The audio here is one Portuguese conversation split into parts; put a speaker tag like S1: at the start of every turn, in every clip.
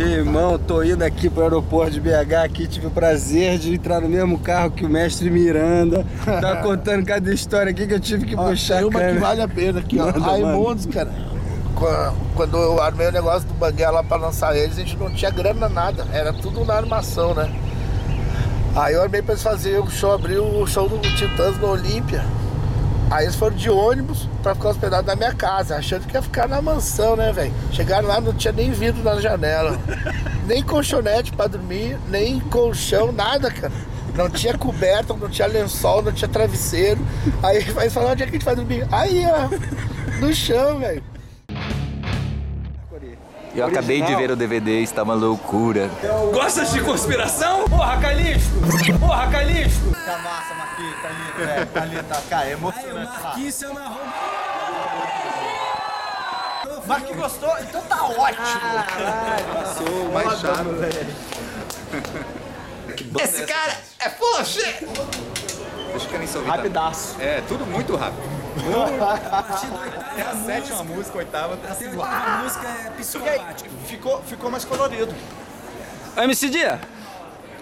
S1: um é
S2: tô indo aqui pro aeroporto de BH aqui, tive o prazer de entrar no mesmo carro que o mestre Miranda. Tá contando cada história aqui que eu tive que
S1: Ó,
S2: puxar.
S1: tem uma
S2: cara.
S1: que vale a pena aqui, ó.
S2: Manda,
S1: Raimundos, cara. Qua- Quando eu armei o negócio do Banguela lá pra lançar eles, a gente não tinha grana nada. Era tudo na armação, né? Aí eu armei pra eles fazerem o show, abrir o show do Titãs no Olímpia. Aí eles foram de ônibus pra ficar hospedados na minha casa, achando que ia ficar na mansão, né, velho? Chegaram lá, não tinha nem vidro na janela. nem colchonete pra dormir, nem colchão, nada, cara. Não tinha coberta, não tinha lençol, não tinha travesseiro. Aí vai falar onde é que a gente vai dormir? Aí, ó, no chão, velho.
S3: Eu acabei de ver o DVD, estava uma loucura.
S4: Gostas de conspiração? Porra, Calixto! Porra, Calixto!
S5: Tá massa, Marquinhos, tá lindo, velho. Tá lindo, tá, cara, é emocionante. lá.
S4: se amarrou.
S5: Marquinhos gostou, então tá
S4: Ah,
S5: ótimo.
S3: Esse cara
S5: né?
S3: é full of shit! Deixa eu nem soube.
S5: Pedaço.
S3: É, tudo muito rápido. É a sétima música, oitava. tá assim.
S4: A música é
S5: Ficou, ficou mais colorido.
S4: MC Dia,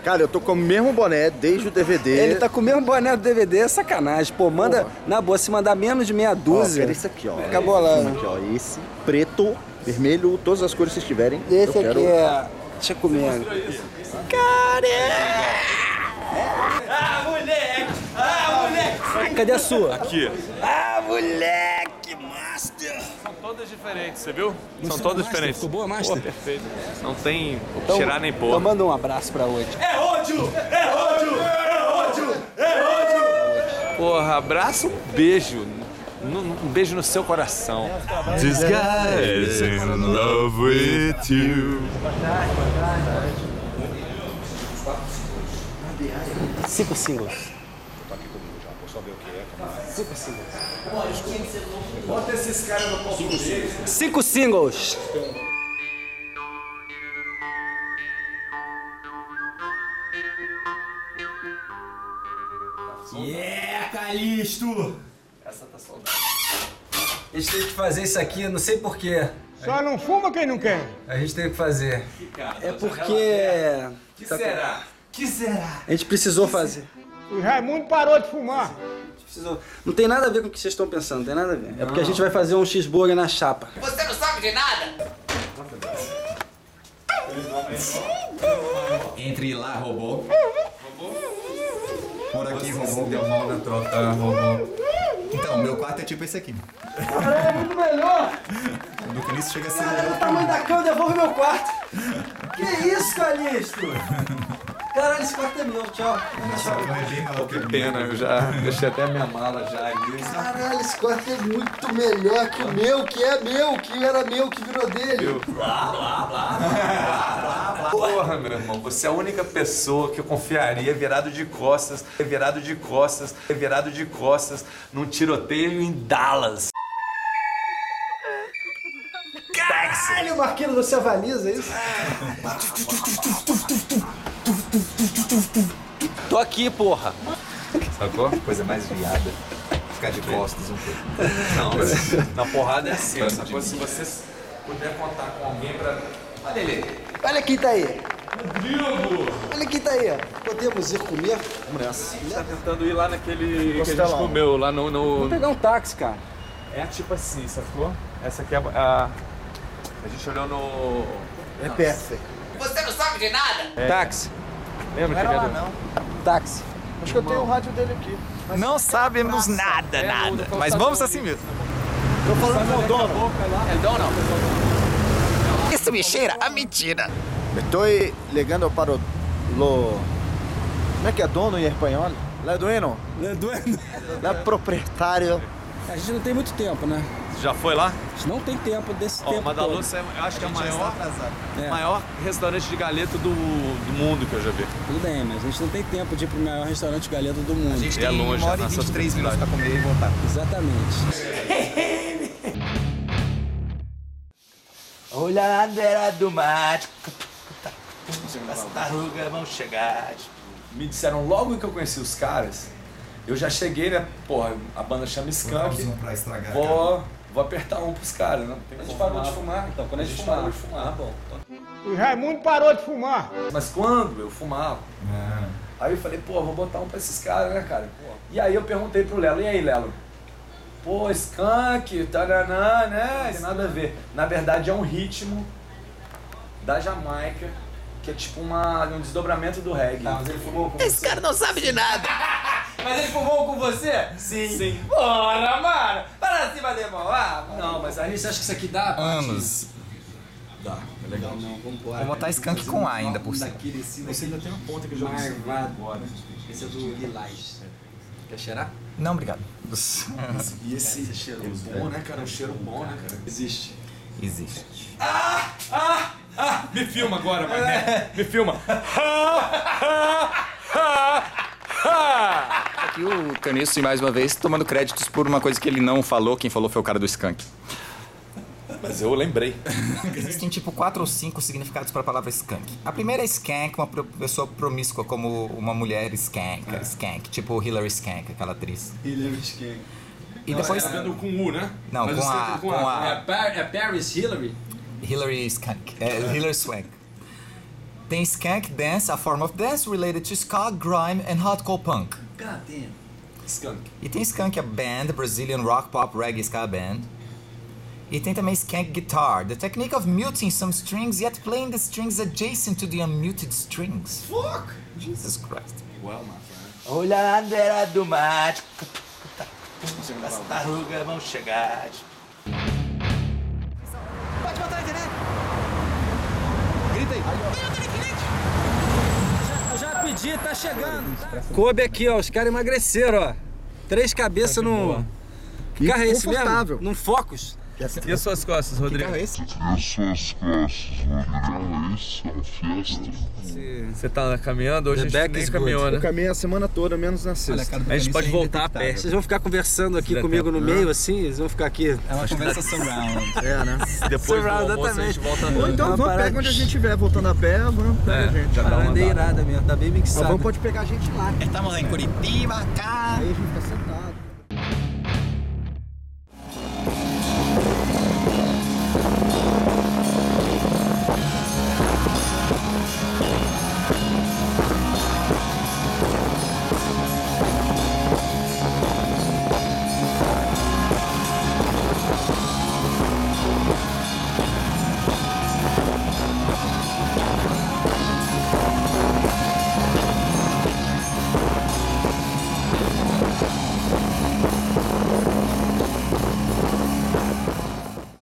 S6: Cara, eu tô com o mesmo boné desde o DVD.
S2: Ele tá com o mesmo boné do DVD, é sacanagem. Pô, manda, na boa, se mandar menos de meia
S6: Ó,
S2: dúzia.
S6: quero esse aqui, ó.
S2: Fica bolado.
S6: Aqui, ó. Esse preto, vermelho, todas as cores que vocês tiverem.
S2: Esse
S6: eu
S2: aqui
S6: quero...
S2: é. Deixa eu comer. Cadê a sua?
S7: Aqui.
S2: Ah, moleque, master!
S7: Todas diferentes, você viu? São todas
S2: Master,
S7: diferentes.
S2: ficou boa, Master?
S7: Pô, perfeito. Não tem o que tirar nem
S2: Então
S7: pôr.
S2: manda um abraço pra hoje.
S7: Porra, abraço, um beijo. No- Um beijo no seu coração.
S8: This guy is
S5: é
S8: in love with you.
S2: Cinco singles. Cinco singles.
S4: Yeah, Calixto!
S2: tá A gente teve que fazer isso aqui, não sei porquê.
S9: Só Então não fuma quem não quer.
S2: A gente teve que fazer. É porque. tá
S4: Que será? Que será?
S2: A gente precisou fazer.
S9: O Raimundo parou de fumar.
S2: Precisou. Não tem nada a ver com o que vocês estão pensando, não tem nada a ver. É porque a gente vai fazer um cheeseburger na chapa.
S3: Entre lá, robô. Por aqui, robô. Deu mal na troca, robô. Então, meu quarto é tipo esse aqui. É muito melhor! Do que isso chega a ser
S2: Olha o tamanho da cama, devolve meu quarto. Que isso, Calixto? Caralho, esse quarto é meu, tchau.
S7: Que pena, eu já deixei até a minha mala já ali.
S1: Caralho, esse quarto é muito melhor que o meu, que é meu, que era meu, que virou dele.
S7: Porra, meu irmão, você é a única pessoa que eu confiaria virado de costas, virado de costas, virado de costas, num tiroteio em Dallas.
S2: Caralho, o Marquinhos, você avaliza isso?
S4: Tô aqui, porra!
S3: Sacou? Coisa mais viada. Ficar de costas um pouco.
S7: Não, na porrada é assim, essa coisa se você puder contar com alguém pra. Olha ele.
S2: Olha quem tá aí. Olha quem tá aí. Podemos ir comer? Vamos nessa.
S7: Tá tentando ir lá naquele que a gente comeu, lá no. no-
S2: Pegar um táxi, cara.
S7: É tipo assim, sacou? Essa aqui é a. A gente olhou no.
S1: É perfeito.
S2: Táxi.
S7: Lembra que era?
S2: Táxi.
S1: Acho que eu tenho o rádio dele aqui.
S3: Não sabemos nada,
S7: é
S3: nada. Mas vamos assim mesmo. Isso me cheira a mentira.
S6: Estoy ligando para o... Lo... Como é que é dono em espanhol? La dueno. La proprietário.
S2: A gente não tem muito tempo, né?
S7: Já foi lá?
S2: A gente não tem um tempo desse
S7: Ó,
S2: tempo. É,
S7: o Madaluz é, eu acho que é o maior, é maior restaurante de galeto do, do mundo que eu já vi.
S2: todo. Tudo bem, mas a gente não tem tempo de ir pro maior restaurante galeta do mundo.
S7: E é longe, é na sua cidade.
S3: comer e voltar.
S2: Exatamente.
S5: Olha a beira do mar. As tartarugas vão chegar.
S4: Me disseram logo que eu conheci os caras, eu já cheguei, né? Porra, a banda chama Skank.
S3: pra estragar. Ah,
S4: Vou, vou apertar um pros caras, né? A gente parou de fumar. Então, quando a gente, parou de fumar, bom.
S9: O Raimundo parou de fumar.
S4: Mas quando eu fumava.
S3: É.
S4: Aí eu falei, pô, vou botar um pra esses caras, né, cara? Pô. E aí eu perguntei pro Lelo, e aí, Lelo? Pô, skunk, taranã, né? Tem nada a ver. Na verdade é um ritmo da Jamaica, que é tipo uma, um desdobramento do reggae.
S3: Tá,
S4: mas ele fumou com
S5: Esse cara não sabe de nada.
S3: Mas ele fumou com você? Sim. Sim. Bora, mano! Para cima de Mauá!
S4: Não, mas aí você acha que isso aqui dá?
S3: Anos.
S4: Dá, é legal.
S2: Não, vamos
S3: Vou botar skunk com A ainda por cima.
S2: Daquele sino
S4: Você ainda tem uma ponta que eu joguei isso
S2: marvado.
S4: agora.
S2: Esse é do Lilás. Quer cheirar?
S3: Não, obrigado.
S4: E esse
S2: Esse é cheiroso,
S4: é bom, né, cara? É um cheiro bom, né, cara? Existe.
S3: Existe.
S7: Ah,
S4: Me filma agora,
S10: É.
S4: mané. Me filma.
S3: Aqui o Caniço, mais uma vez, tomando créditos por uma coisa que ele não falou. Quem falou foi o cara do skunk.
S7: Mas eu lembrei.
S10: Existem tipo quatro ou cinco significados para a palavra skunk. A primeira é skank, uma pro- pessoa promíscua como uma mulher skank,
S7: É.
S10: skank, tipo Hillary Skank, aquela atriz.
S2: William Skin.
S10: E depois
S7: com U, né?
S10: Não,
S7: Mas
S10: com
S7: você
S10: a-
S7: tem
S10: com a-
S7: É Par- é Paris Hillary?
S10: Hillary Skank, é, Hillary Swank. Tem skank dance, a form of dance related to ska, grime and hardcore punk.
S7: Skunk.
S10: E tem Skank, a band, Brazilian rock, pop, reggae, ska band. E tem também Skank Guitar, the technique of muting some strings yet playing the strings adjacent to the unmuted strings. Fuck! Jesus Christ.
S5: Olha a beira do mar. As tartarugas vão chegar.
S6: Pode botar na internet. Grita aí.
S5: Já pedi, tá chegando.
S2: Coube aqui, ó. Os caras emagreceram, ó. Três cabeças no. Que carro é esse mesmo?
S6: confortável.
S2: Num Focus.
S7: E as suas costas, Rodrigo? Você tá caminhando? Hoje
S2: The
S7: a gente
S2: back
S7: nem
S2: is
S7: caminhou,
S6: Eu
S7: né?
S6: caminhei a semana toda, menos na sexta.
S7: A gente pode voltar a pé.
S2: Vocês vão ficar conversando aqui
S7: der
S2: comigo
S7: tempo,
S2: no meio, assim? Eles vão ficar aqui.
S10: É uma conversa surround.
S6: É, né?
S7: Depois do
S2: Surround,
S7: almoço a gente volta andando. É,
S6: Ou então
S2: Uma
S6: vamos,
S2: parada-
S6: pega onde a gente estiver voltando a pé, vamos, pega a gente.
S7: já dá uma
S2: Parada
S7: andada.
S2: irada mesmo. Tá bem
S6: Mas vamos
S2: mixado.
S6: pode pegar a gente lá.
S10: Estamos em Curitiba, cá.
S6: Aí a gente fica sentado.